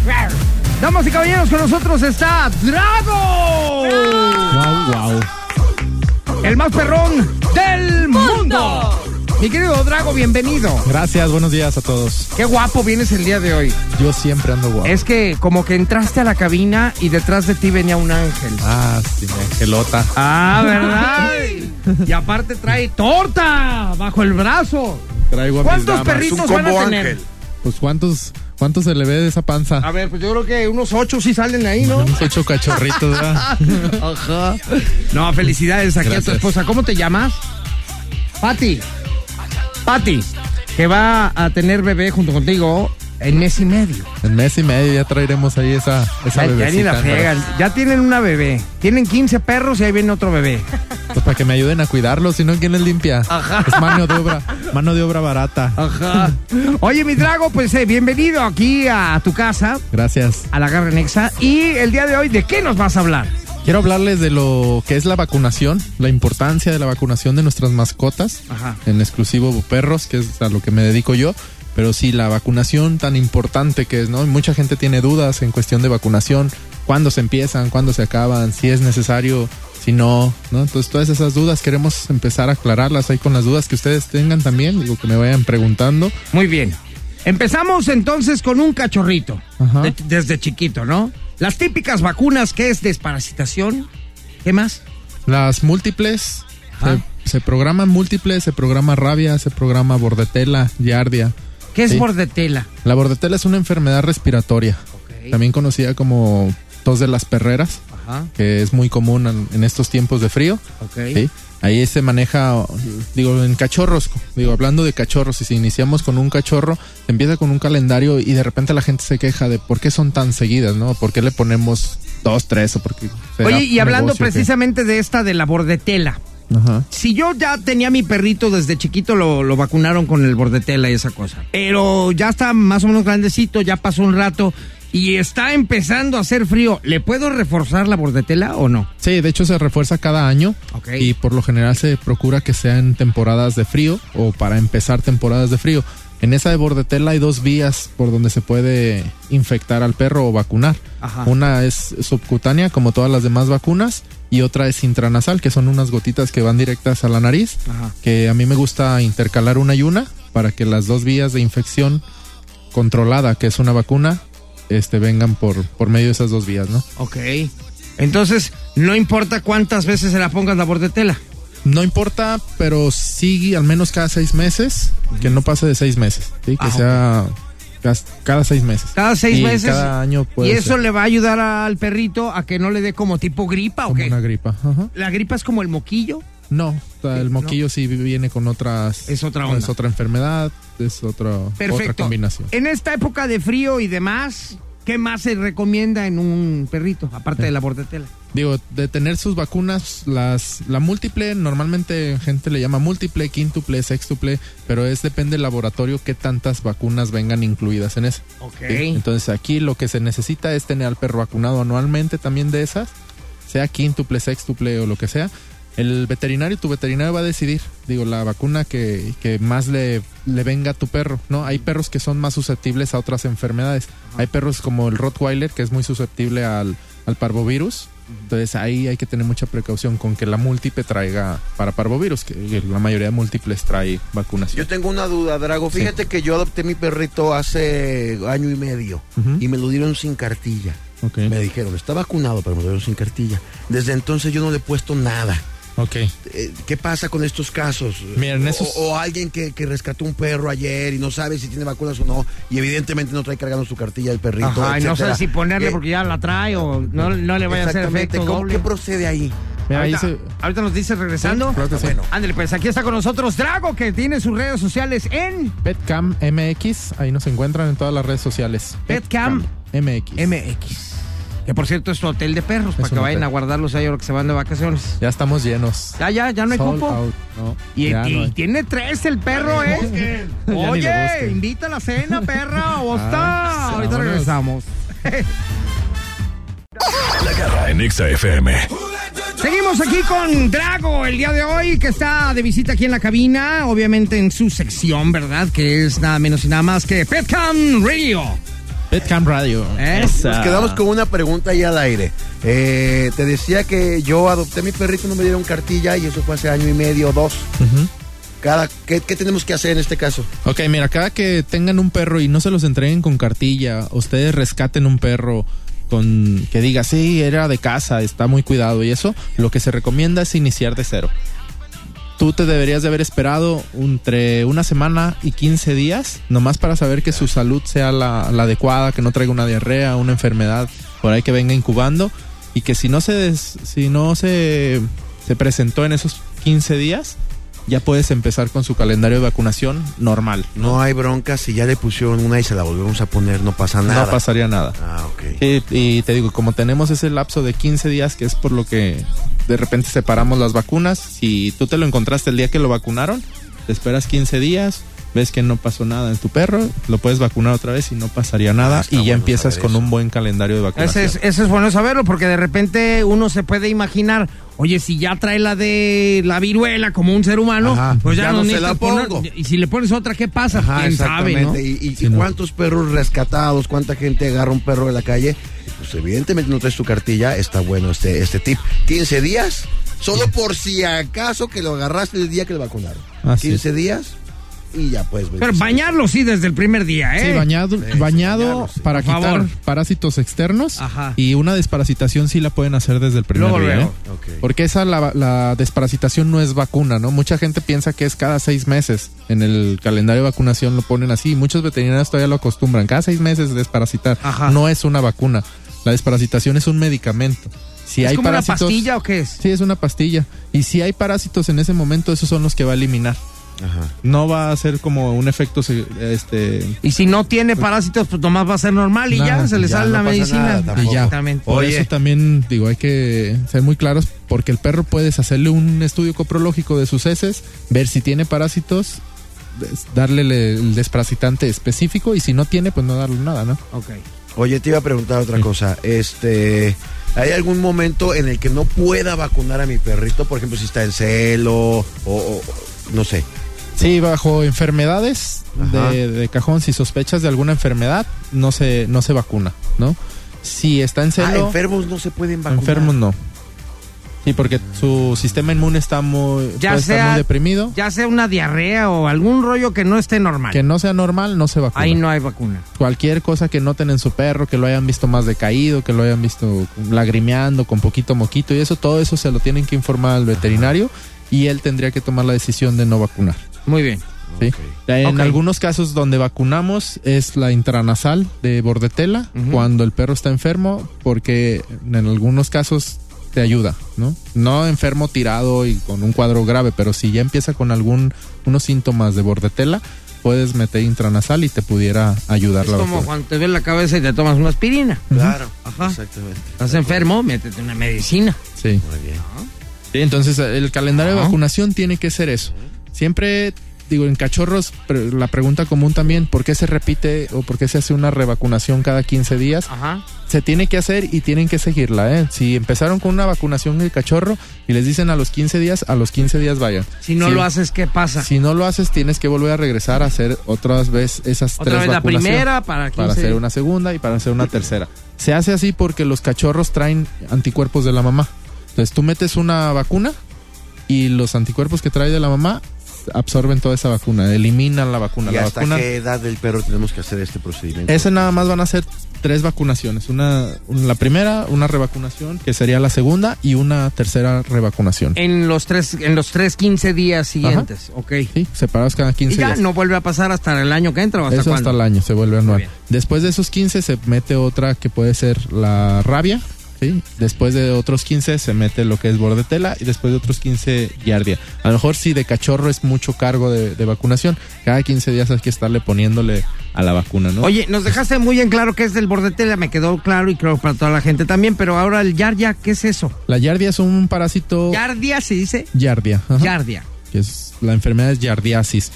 wow! Damas y caballeros, con nosotros está Drago. El más perrón del mundo. Mi querido Drago, bienvenido.
Gracias, buenos días a todos.
Qué guapo vienes el día de hoy.
Yo siempre ando guapo.
Es que como que entraste a la cabina y detrás de ti venía un ángel.
Ah, sí, me gelota. [laughs]
Ah, ¿verdad? y aparte trae torta bajo el brazo.
Traigo a mis
¿Cuántos
damas.
perritos van a tener?
Pues cuántos, cuántos se le ve de esa panza.
A ver, pues yo creo que unos ocho sí salen ahí,
[laughs]
¿no?
Unos ocho cachorritos, ¿verdad?
Ajá. No, felicidades aquí a tu
Gracias.
esposa. ¿Cómo te llamas? Patti. Patti, que va a tener bebé junto contigo En mes y medio.
[laughs] En mes y medio ya traeremos ahí esa,
Ya, ya
esa
ni
bebecita,
la
¿no?
friegan. Ya tienen una bebé. Tienen 15 perros y ahí viene otro bebé.
Pues para que me ayuden a cuidarlo, si no, ¿quién les limpia?
Ajá.
Es mano de obra, mano de obra barata.
Ajá. [laughs] Oye, mi Drago, pues eh, bienvenido aquí a tu casa,
Gracias.
a la Garra Nexa. Y el día de hoy, ¿de qué nos vas a hablar?
Quiero hablarles de lo que es la vacunación, la importancia de la vacunación de nuestras mascotas,
Ajá.
en exclusivo perros, que es a lo que me dedico yo. Pero sí, la vacunación tan importante que es, ¿no? Mucha gente tiene dudas en cuestión de vacunación, cuándo se empiezan, cuándo se acaban, si es necesario, si no, ¿no? Entonces todas esas dudas queremos empezar a aclararlas ahí con las dudas que ustedes tengan también, digo que me vayan preguntando.
Muy bien. Empezamos entonces con un cachorrito.
Ajá.
De- desde chiquito, ¿no? Las típicas vacunas que es desparasitación. ¿Qué más?
Las múltiples.
Ajá.
Se, se programan múltiples, se programa rabia, se programa bordetela, yardia.
¿Qué es
Sí.
bordetela?
La bordetela es una enfermedad respiratoria, también conocida como tos de las perreras,
Ajá.
que es muy común en, en estos tiempos de frío.
Ok.
¿sí? Ahí se maneja, digo, en cachorros, digo, hablando de cachorros, y si iniciamos con un cachorro, empieza con un calendario y de repente la gente se queja de por qué son tan seguidas, ¿no? ¿Por qué le ponemos dos, tres? O porque será
Oye, y hablando
negocio, ¿qué?
precisamente de esta, de la bordetela.
Ajá.
Si yo ya tenía mi perrito desde chiquito, lo, lo vacunaron con el bordetela y esa cosa. Pero ya está más o menos grandecito, ya pasó un rato y está empezando a hacer frío. ¿Le puedo reforzar la bordetela o no?
Sí, de hecho se refuerza cada año
Ok.
y por lo general se procura que sean temporadas de frío o para empezar temporadas de frío. En esa de bordetela hay dos vías por donde se puede infectar al perro o vacunar.
Ajá.
Una es subcutánea, como todas las demás vacunas, y otra es intranasal, que son unas gotitas que van directas a la nariz,
Ajá.
que a mí me gusta intercalar una y una para que las dos vías de infección controlada, que es una vacuna, este, vengan por, por medio de esas dos vías, ¿no?
Ok. Entonces, no importa cuántas veces se la pongas la bordetela.
No importa, pero sí al menos cada seis meses, que no pase de seis meses, ¿sí? que
Ah,
sea cas- cada seis meses.
Cada seis
Y
meses.
Cada año puede
y eso
ser
le va a ayudar al perrito a que no le dé como tipo gripa o
como
qué.
una gripa. ajá.
La gripa es como el moquillo.
No, o sea,
Sí,
el
no.
moquillo sí viene con otras.
Es otra onda.
Es otra enfermedad, es otro, otra
Perfecto.
combinación.
En esta época de frío y demás, ¿qué más se recomienda en un perrito? Aparte de la bordetela.
Digo, de tener sus vacunas, las la múltiple, normalmente gente le llama múltiple, quíntuple, sextuple, pero es depende del laboratorio qué tantas vacunas vengan incluidas en esa.
Ok.
¿sí? Entonces aquí lo que se necesita es tener al perro vacunado anualmente también de esas, sea quíntuple, sextuple o lo que sea. El veterinario, tu veterinario va a decidir, digo, la vacuna que, que más le, le venga a tu perro, ¿no? Hay perros que son más susceptibles a otras enfermedades. Hay perros como el Rottweiler, que es muy susceptible al, al parvovirus. Entonces ahí hay que tener mucha precaución con que la múltiple traiga para parvovirus, que la mayoría de múltiples trae vacunación.
Yo tengo una duda, Drago.
Sí.
Fíjate que yo adopté mi perrito hace año y medio
Ujú.
y me lo dieron sin cartilla.
Ok,
Me dijeron, está vacunado, pero me lo dieron sin cartilla. Desde entonces yo no le he puesto nada.
ok.
Eh, ¿Qué pasa con estos casos?
Mira, en esos-
o, o alguien que, que rescató un perro ayer y no sabe si tiene vacunas o no, y evidentemente no trae cargando su cartilla el perrito.
Ajá, y no
etcétera.
sé si ponerle
Eh,
porque ya la trae o no, no le vaya a hacer
exactamente,
efecto
¿cómo-
doble.
¿Qué procede ahí?
Mira, ahí
ahorita,
se-
ahorita nos dice regresando.
Sí, claro que sí.
Bueno, ándale, pues aquí está con nosotros Drago, que tiene sus redes sociales en
Petcam MX, ahí nos encuentran en todas las redes sociales.
Petcam
MX.
MX. Que por cierto es tu hotel de perros, para
un
que vayan
hotel.
a guardarlos ahí ahora que se van de vacaciones.
Ya estamos llenos.
Ya, ya, ya no hay
Sold
cupo.
out, no,
Y,
ya
y
no hay.
tiene tres el perro, ¿eh?
ni lo
Oye,
busquen.
invita a la cena, perra, o está.
[laughs] Ah,
Ahorita
vámonos.
regresamos.
La garra en Exa FM.
Seguimos aquí con Drago el día de hoy, que está de visita aquí en la cabina, obviamente en su sección, ¿verdad? Que es nada menos y nada más que Petcam Radio.
Petcam Radio.
¿eh?
Nos quedamos con una pregunta ahí al aire. Eh, te decía que yo adopté a mi perrito, no me dieron cartilla y eso fue hace año y medio, dos.
Ujú.
Cada, ¿qué, qué tenemos que hacer en este caso?
Ok, mira, cada que tengan un perro y no se los entreguen con cartilla, ustedes rescaten un perro con que diga, sí, era de casa, está muy cuidado y eso, lo que se recomienda es iniciar de cero. Tú te deberías de haber esperado entre una semana y 15 días, nomás para saber que su salud sea la, la adecuada, que no traiga una diarrea, una enfermedad por ahí que venga incubando y que si no se, des- si no se, se presentó en esos 15 días, ya puedes empezar con su calendario de vacunación normal.
No hay bronca, si ya le pusieron una y se la volvemos a poner, no pasa nada.
No pasaría nada.
Ah, ok.
Sí, y te digo, como tenemos ese lapso de 15 días, que es por lo que de repente separamos las vacunas, si tú te lo encontraste el día que lo vacunaron, te esperas 15 días, ves que no pasó nada en tu perro, lo puedes vacunar otra vez y no pasaría nada, y ya empiezas con un buen calendario de vacunación.
Ese es, ese es bueno saberlo porque de repente uno se puede imaginar, oye, si ya trae la de la viruela como un ser humano,
Ajá,
pues ya,
ya
no,
no se
necesita
la
poner-
pongo.
Y si le pones otra, ¿qué pasa?
Ajá,
¿Quién sabe?
exactamente.
¿no?
Y, y- y cuántos perros rescatados, cuánta gente agarra un perro de la calle. Pues evidentemente no traes tu cartilla, está bueno este, este tip. 15 días, solo por si acaso que lo agarraste el día que lo vacunaron.
Así
15 días y ya pues, puedes ver.
Pero bañarlo sí desde el primer día, ¿eh?
Sí, bañado, bañado para
Por
quitar
favor.
parásitos externos
Ajá.
y una desparasitación sí la pueden hacer desde el primer
Luego,
día.
luego.
¿eh? Porque esa la, la desparasitación no es vacuna, ¿no? Mucha gente piensa que es cada seis meses. En el calendario de vacunación lo ponen así. y Muchos veterinarios todavía lo acostumbran. Cada seis meses desparasitar.
Ajá.
No es una vacuna. La desparasitación es un medicamento. Si
¿Es
hay
como una
parásitos,
pastilla o qué es?
Sí, es una pastilla. Y si hay parásitos en ese momento, esos son los que va a eliminar. No va a ser como un efecto se- este,
Y si no tiene parásitos, pues nomás va a ser normal y
Nada,
ya se le
ya
sale
no
la
pasa
medicina.
nada tampoco.
Exactamente.
Por eso también digo, hay que ser muy claros porque el perro puedes hacerle un estudio coprológico de sus heces, ver si tiene parásitos, des- darle le- el desparasitante específico y si no tiene, pues no darle nada, ¿no?
Ok.
Oye, te iba a preguntar
Mm.
otra cosa. Este, ¿hay algún momento en el que no pueda vacunar a mi perrito? Por ejemplo, si está en celo o, o- no sé.
Sí, bajo enfermedades
Ajá.
de, de cajón, si sospechas de alguna enfermedad, no se, no se vacuna, ¿no? Si está en
Ah,
celo,
enfermos no se pueden vacunar.
enfermos no. Sí, porque su sistema inmune está muy,
Ya
puede estar
sea-
muy deprimido.
Ya sea una diarrea o algún rollo que no esté normal.
Que no sea normal, no se vacuna.
Ahí no hay vacuna.
cualquier cosa que noten en su perro, que lo hayan visto más decaído, que lo hayan visto lagrimeando, con poquito moquito y eso, todo eso se lo tienen que informar al veterinario y él tendría que tomar la decisión de no vacunar.
Muy bien.
¿sí? En
Ok.
algunos casos donde vacunamos es la intranasal de bordetela
Ujú.
cuando el perro está enfermo porque en algunos casos te ayuda, ¿no? No enfermo tirado y con un cuadro grave, pero si ya empieza con algún unos síntomas de bordetela puedes meter intranasal y te pudiera ayudar
Es
la
como
vacuna.
cuando te ves la cabeza y te tomas una aspirina.
Claro,
Ajá.
exactamente.
Estás enfermo, métete una medicina.
Sí.
Muy bien.
Sí, entonces el calendario de
Ajá.
vacunación tiene que ser eso. Siempre, digo, en cachorros, pre- la pregunta común también, ¿por qué se repite o por qué se hace una revacunación cada 15 días?
Ajá.
Se tiene que hacer y tienen que seguirla, ¿eh? Si empezaron con una vacunación del cachorro y les dicen a los 15 días, a los 15 días vayan.
Si no
Sí.
lo haces, ¿qué pasa?
[laughs] Si no lo haces, tienes que volver a regresar a hacer otras veces esas
Otra
tres
vez la
vacunaciones
primera para 15
para hacer una segunda y para hacer una tercera. Se hace así porque los cachorros traen anticuerpos de la mamá. Entonces tú metes una vacuna y los anticuerpos que trae de la mamá absorben toda esa vacuna, eliminan la vacuna.
¿Y
La
hasta
vacuna
qué edad del perro tenemos que hacer este procedimiento?
esa nada más van a ser tres vacunaciones, una, una- la primera, una revacunación que sería la segunda y una tercera revacunación.
En los tres, en los tres 15 días siguientes. Ok.
Sí, separados cada 15
Y ya
días.
no vuelve a pasar hasta el año que entra o hasta
Eso
cuándo?
hasta el año, se vuelve
bien.
anual. Después de esos 15 se mete otra que puede ser la rabia, ¿sí? Después de otros 15 se mete lo que es bordetela y después de otros 15 yardia. A lo mejor si de cachorro es mucho cargo de, de vacunación, cada 15 días hay que estarle poniéndole a la vacuna, ¿no?
Oye, nos dejaste muy en claro que es del bordetela, me quedó claro y creo para toda la gente también, pero ahora el yardia, ¿qué es eso?
La yardia es un parásito...
Yardia se dice.
Yardia. Oh. ajá.
Yardia.
que es la enfermedad es yardiasis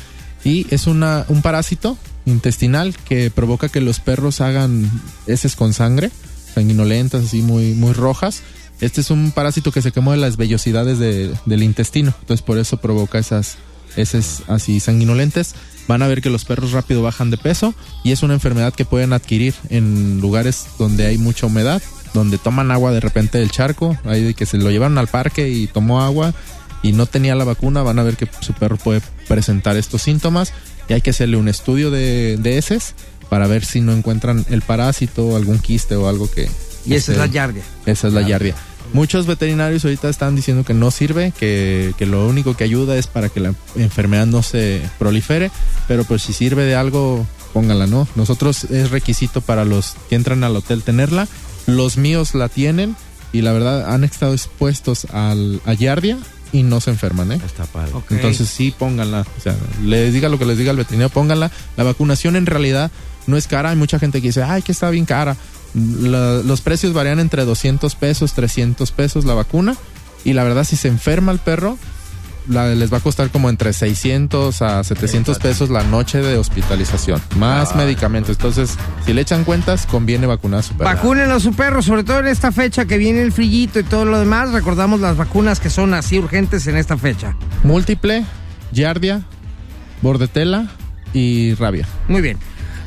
y es una, un parásito intestinal que provoca que los perros hagan heces con sangre, sanguinolentas, así muy, muy rojas. Este es un parásito que se quemó de las vellosidades de- del intestino, entonces por eso provoca esas heces así sanguinolentes. Van a ver que los perros rápido bajan de peso y es una enfermedad que pueden adquirir en lugares donde hay mucha humedad, donde toman agua de repente del charco, ahí de que se lo llevaron al parque y tomó agua y no tenía la vacuna, van a ver que su perro puede presentar estos síntomas y hay que hacerle un estudio de, de heces para ver si no encuentran el parásito, algún quiste o algo que... este,
Y esa es la
que-
yardia.
esa es la yardia. Muchos veterinarios ahorita están diciendo que no sirve, que, que lo único que ayuda es para que la enfermedad no se prolifere, pero pues si sirve de algo, póngala, ¿no? Nosotros es requisito para los que entran al hotel tenerla, los míos la tienen y la verdad han estado expuestos al, a yardia y no se enferman, ¿eh?
Está padre.
Ok.
Entonces sí, pónganla. O sea, les diga lo que les diga el veterinario, pónganla. La vacunación en realidad no es cara. Hay mucha gente que dice, ay, que está bien cara. La- los precios varían entre 200 pesos, 300 pesos la vacuna. Y la verdad, si se enferma el perro, la- les va a costar como entre 600 a 700 pesos la noche de hospitalización. Más medicamentos. Entonces, si le echan cuentas, conviene vacunar a su perro.
Vacunen a su perro, sobre todo en esta fecha que viene el frillito y todo lo demás. Recordamos las vacunas que son así urgentes en esta fecha.
Múltiple, yardia, bordetela y rabia.
Muy bien.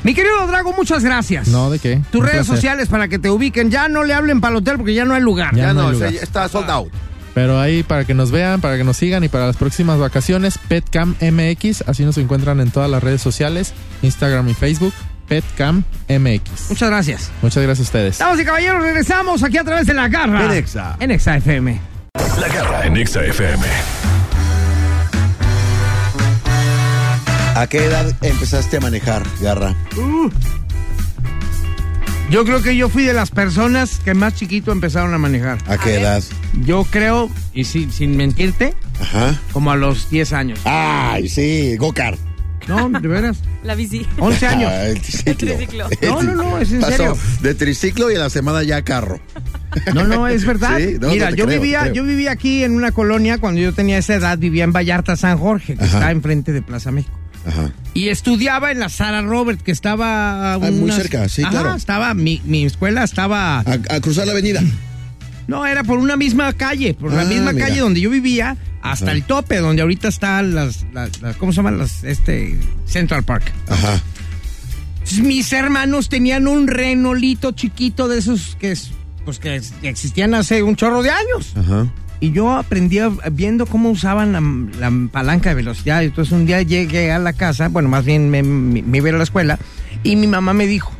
Mi querido Drago, muchas gracias.
No, ¿de qué?
Tus
Un
redes
placer.
sociales para que te ubiquen. Ya no le hablen para el hotel porque ya no hay lugar.
Ya no hay
o sea,
lugar.
ya está sold out.
Pero ahí para que nos vean, para que nos sigan y para las próximas vacaciones, Petcam MX, así nos encuentran en todas las redes sociales, Instagram y Facebook, Petcam MX.
Muchas gracias.
Muchas gracias a ustedes.
Estamos y caballeros, regresamos aquí a través de la garra.
En Exa.
En Exa FM.
La garra en Exa FM.
¿A qué edad empezaste a manejar, Garra?
Uh. Yo creo que yo fui de las personas que más chiquito empezaron a manejar.
¿A qué edad?
Yo creo, y sin, sin mentirte,
Ajá.
como a los 10 años.
Ay, sí, go-kart.
No, de veras.
La bici.
11 años.
Ah, el triciclo.
El triciclo.
No, no, no, es en
Pasó
serio.
De triciclo y a la semana ya carro.
No, no, es verdad.
Sí, no,
Mira,
no te
yo
creo,
vivía,
te creo.
yo vivía aquí en una colonia cuando yo tenía esa edad, vivía en Vallarta, San Jorge, que
Ajá.
está enfrente de Plaza México.
Ajá.
Y estudiaba en la Sara Robert, que estaba a
Ah, muy cerca, sí,
Ajá,
claro. Ah.
Estaba, mi, mi escuela estaba.
A, a cruzar la avenida.
No, era por una misma calle, por la
Ah,
misma
mira.
calle donde yo vivía, hasta
Ajá.
el tope, donde ahorita están las, las- las- ¿cómo se llaman? Las, este, Central Park.
Ajá.
Entonces, Mis hermanos tenían un renolito chiquito de esos que, es- pues, que es- que existían hace un chorro de años.
Ajá.
Y yo aprendí a- viendo cómo usaban la, la palanca de velocidad. Entonces un día llegué a la casa, bueno, más bien me, me- me iba a ir a la escuela, y mi mamá me dijo,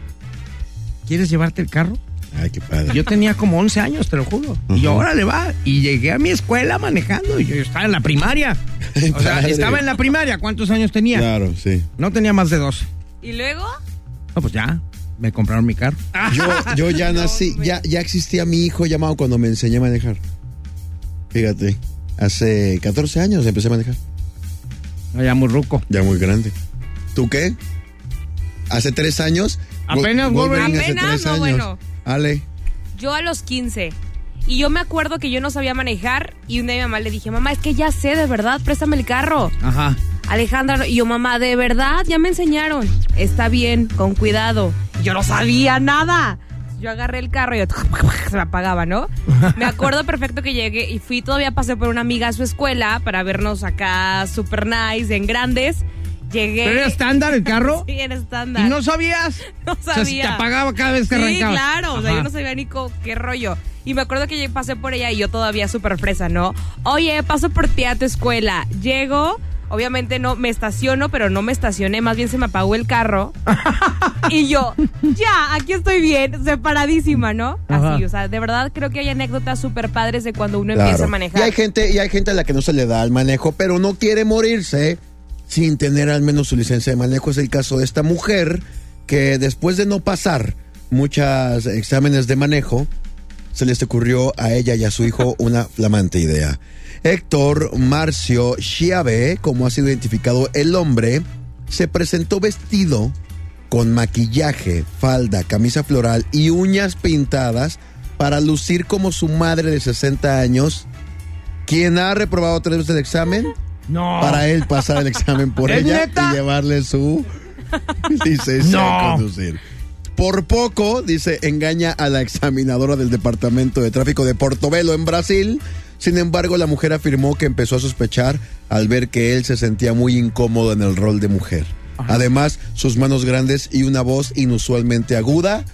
¿quieres llevarte el carro?
Ay, qué padre. [laughs]
Yo tenía como 11 años, te lo juro. Y yo,
Ujú.
órale, va. Y llegué a mi escuela manejando. Y yo estaba en la primaria. O sea,
Padre.
estaba en la primaria. ¿Cuántos años tenía?
Claro, sí.
No tenía más de 12.
¿Y luego?
No, pues ya, me compraron mi carro.
Ah.
Yo, yo
[laughs]
ya nací, ya, ya existía mi hijo llamado cuando me enseñé a manejar. Fíjate, hace 14 años empecé a manejar.
No, ya muy ruco.
Ya muy grande. ¿Tú qué? Hace tres años. Go-
Apenas Wolverine.
hace
Apenas,
tres
no,
años.
bueno.
Ale.
Yo a los 15. Y yo me acuerdo que yo no sabía manejar y un día mi mamá le dije, mamá, es que ya sé, de verdad, préstame el carro.
Ajá.
Alejandra, no. y yo, mamá, de verdad, ya me enseñaron. Está bien, con cuidado. Yo no sabía nada. Yo agarré el carro y yo, [laughs] se me apagaba, ¿no? Me acuerdo perfecto que llegué y fui, todavía pasé por una amiga a su escuela para vernos acá super nice, en grandes. Llegué.
¿Pero era estándar el carro?
[laughs] Sí, en estándar.
¿Y no sabías?
No
O sea, si te
sabía.
apagaba cada [laughs] vez que
Sí,
arrancabas.
claro, o sea, yo
Ajá.
no sabía ni co- qué rollo. Y me acuerdo que yo pasé por ella y yo todavía súper fresa, ¿no? Oye, paso por ti a tu escuela. Llego, obviamente no, me estaciono, pero no me estacioné, más bien se me apagó
[laughs]
el carro. y yo, ya, aquí estoy bien, separadísima, ¿no?
Ajá.
Así, o sea, de verdad creo que hay anécdotas súper padres de cuando uno empieza
claro.
a manejar.
Y hay gente, y hay gente a la que no se le da el manejo, pero no quiere morirse sin tener al menos su licencia de manejo. Es el caso de esta mujer que después de no pasar muchos exámenes de manejo, se les ocurrió a ella y a su hijo una flamante idea. Héctor Marcio Chiave, como ha sido identificado el hombre, se presentó vestido con maquillaje, falda, camisa floral y uñas pintadas para lucir como su madre de 60 años, quien ha reprobado tres veces el examen,
No.
para él pasar el examen por
¿Es
ella
neta?
y llevarle su licencia de
No.
conducir. Por poco, dice, engaña a la examinadora del Departamento de Tráfico de Portobelo en Brasil. Sin embargo, la mujer afirmó que empezó a sospechar al ver que él se sentía muy incómodo en el rol de mujer. Además, sus manos grandes y una voz inusualmente aguda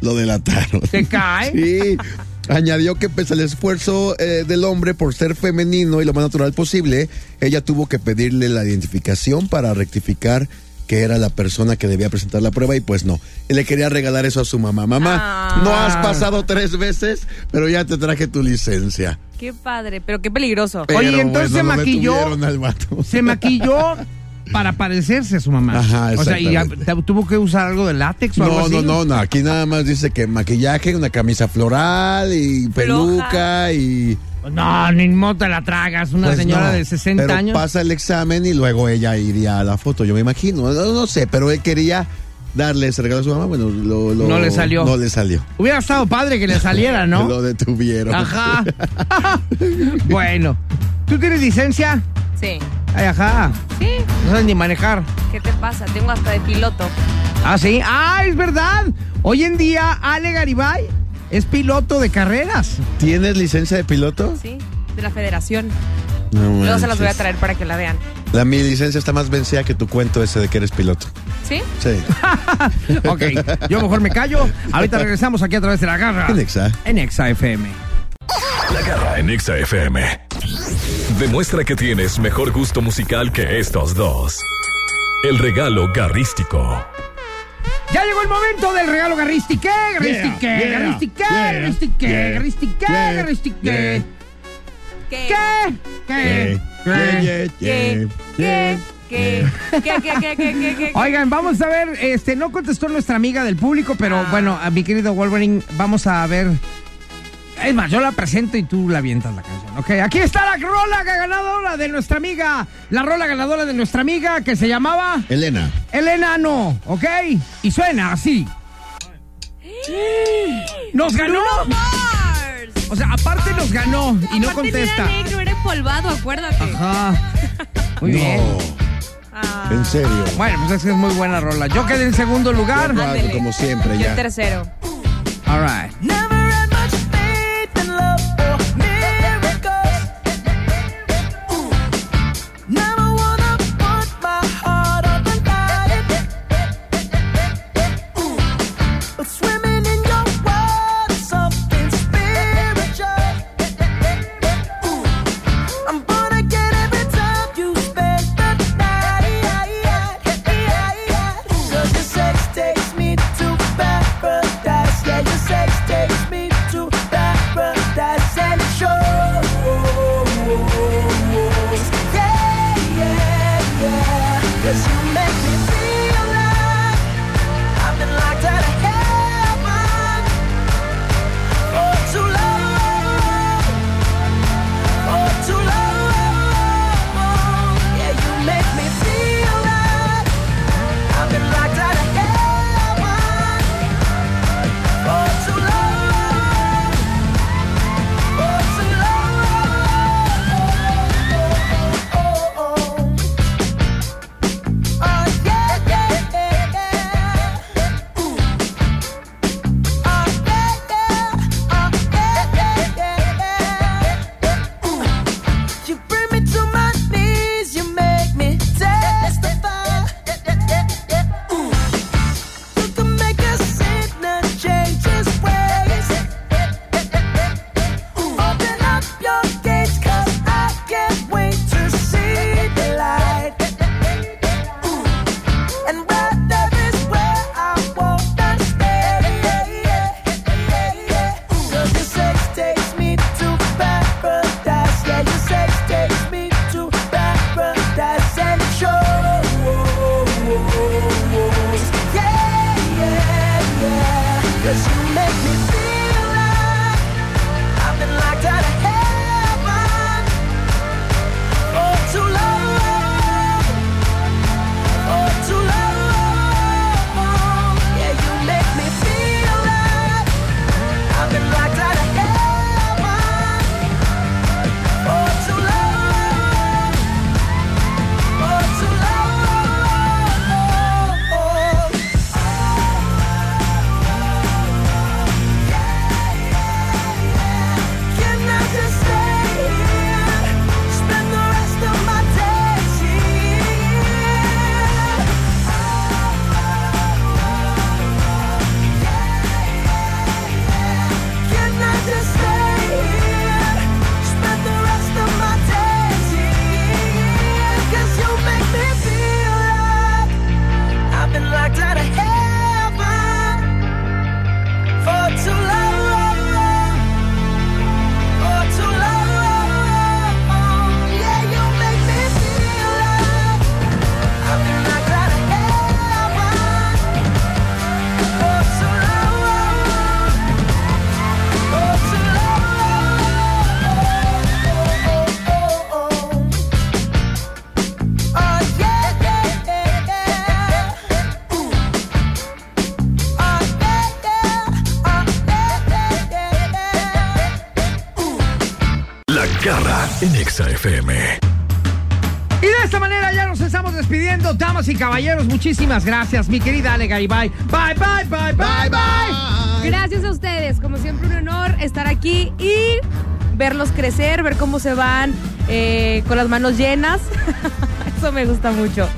lo delataron.
¿Te cae?
[laughs] Sí. Añadió que pese al esfuerzo eh, del hombre por ser femenino y lo más natural posible, ella tuvo que pedirle la identificación para rectificar que era la persona que debía presentar la prueba y pues no. Y le quería regalar eso a su mamá. Mamá,
Ah.
no has pasado tres veces, pero ya te traje tu licencia.
Qué padre, pero qué peligroso.
Pero
Oye, entonces
bueno,
se
lo
maquilló.
detuvieron al vato.
se maquilló para parecerse a su mamá.
Ajá,
o sea, y ya-
exactamente.
tuvo que usar algo de látex o algo
No,
así.
no, no, no, aquí nada más dice que maquillaje, una camisa floral y peluca y
No, ni modo te la tragas, una
Pues
señora
no,
de 60
pero
años.
Pasa el examen y luego ella iría a la foto, yo me imagino. No, no sé, pero él quería darle ese regalo a su mamá. Bueno, lo- lo-
No le salió.
No le salió.
Hubiera estado padre
[laughs]
que le saliera, ¿no?
Lo detuvieron. [laughs]
Ajá. bueno. ¿Tú tienes licencia?
Sí.
Ay, ajá.
Sí.
No sabes ni manejar.
¿Qué te pasa? Tengo hasta de piloto.
Ah, sí. Ah, es verdad. Hoy en día, Ale Garibay es piloto de carreras.
¿Tienes licencia de piloto?
Sí. De la federación.
No
Luego se las voy a
manches.
traer para que la vean.
La mi licencia está más vencida que tu cuento ese de que eres piloto.
¿Sí?
[laughs]
Sí.
ok, yo mejor me callo. Ahorita regresamos aquí a través de la garra.
En Exa.
En Exa FM.
La garra en Exa FM. Demuestra que tienes mejor gusto musical que estos dos. El regalo garrístico.
Ya llegó el momento del regalo garristique, garristique,
Yeah, yeah,
garristique,
yeah,
garristique,
yeah,
garristique,
yeah,
garristique.
¿Qué?
¿Qué? ¿Qué?
Eh,
eh,
¿Qué? eh,
¿Qué? ¿Qué? ¿Qué? ¿Qué? ¿Qué? ¿Qué? ¿Qué? ¿Qué? ¿Qué?
Oigan, vamos a ver, este, no contestó nuestra amiga del público, pero bueno, a mi querido Wolverine, vamos a ver. Es más, yo la presento y tú la avientas la canción. Ok, aquí está la rola ganadora de nuestra amiga, la rola ganadora de nuestra amiga que se llamaba
Elena.
El Enano, ¿ok? Y suena así. ¡Nos ganó! O sea, aparte nos ganó [laughs] y no
Aparte
contesta.
Era negro, era empolvado, acuérdate.
Ajá. Muy
no.
bien.
Ah.
En serio.
Bueno, pues es que es muy buena rola. Yo quedé en segundo lugar.
Yo cuarto, como siempre,
Yo
ya.
tercero.
All right.
Takes me to paradise. Yeah, your sex takes
Oh, Oh,
Oh,
en Exa FM.
Y de esta manera ya nos estamos despidiendo, damas y caballeros. Muchísimas gracias, mi querida Ale Garibay. Bye, bye, bye, bye, bye.
Gracias a ustedes, como siempre un honor estar aquí y verlos crecer, ver cómo se van eh, con las manos llenas. [laughs] Eso me gusta mucho.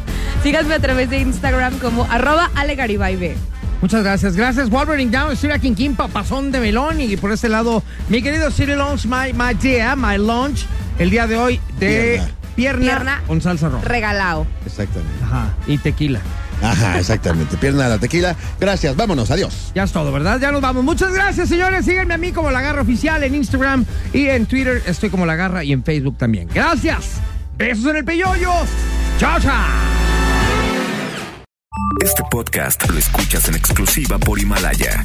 Síganme a través de Instagram como arroba Ale Garibay B.
Muchas gracias. Gracias, Wolverine Down, Siria King King, Papazón de Melón. Y por este lado, mi querido Siri Lunch, my, my dear, my lunch, el día de hoy de pierna,
Pierna.
con salsa roja.
Regalado.
Exactamente.
Ajá, y tequila.
Ajá, exactamente. Pierna a la tequila. Gracias, vámonos, adiós.
Ya es todo, ¿verdad? Ya nos vamos. Muchas gracias, señores. Síganme a mí como La Garra Oficial en Instagram y en Twitter. Estoy como La Garra y en Facebook también. Gracias. Besos en el peyoyo. Chao, chao.
Este podcast lo escuchas en exclusiva por Himalaya.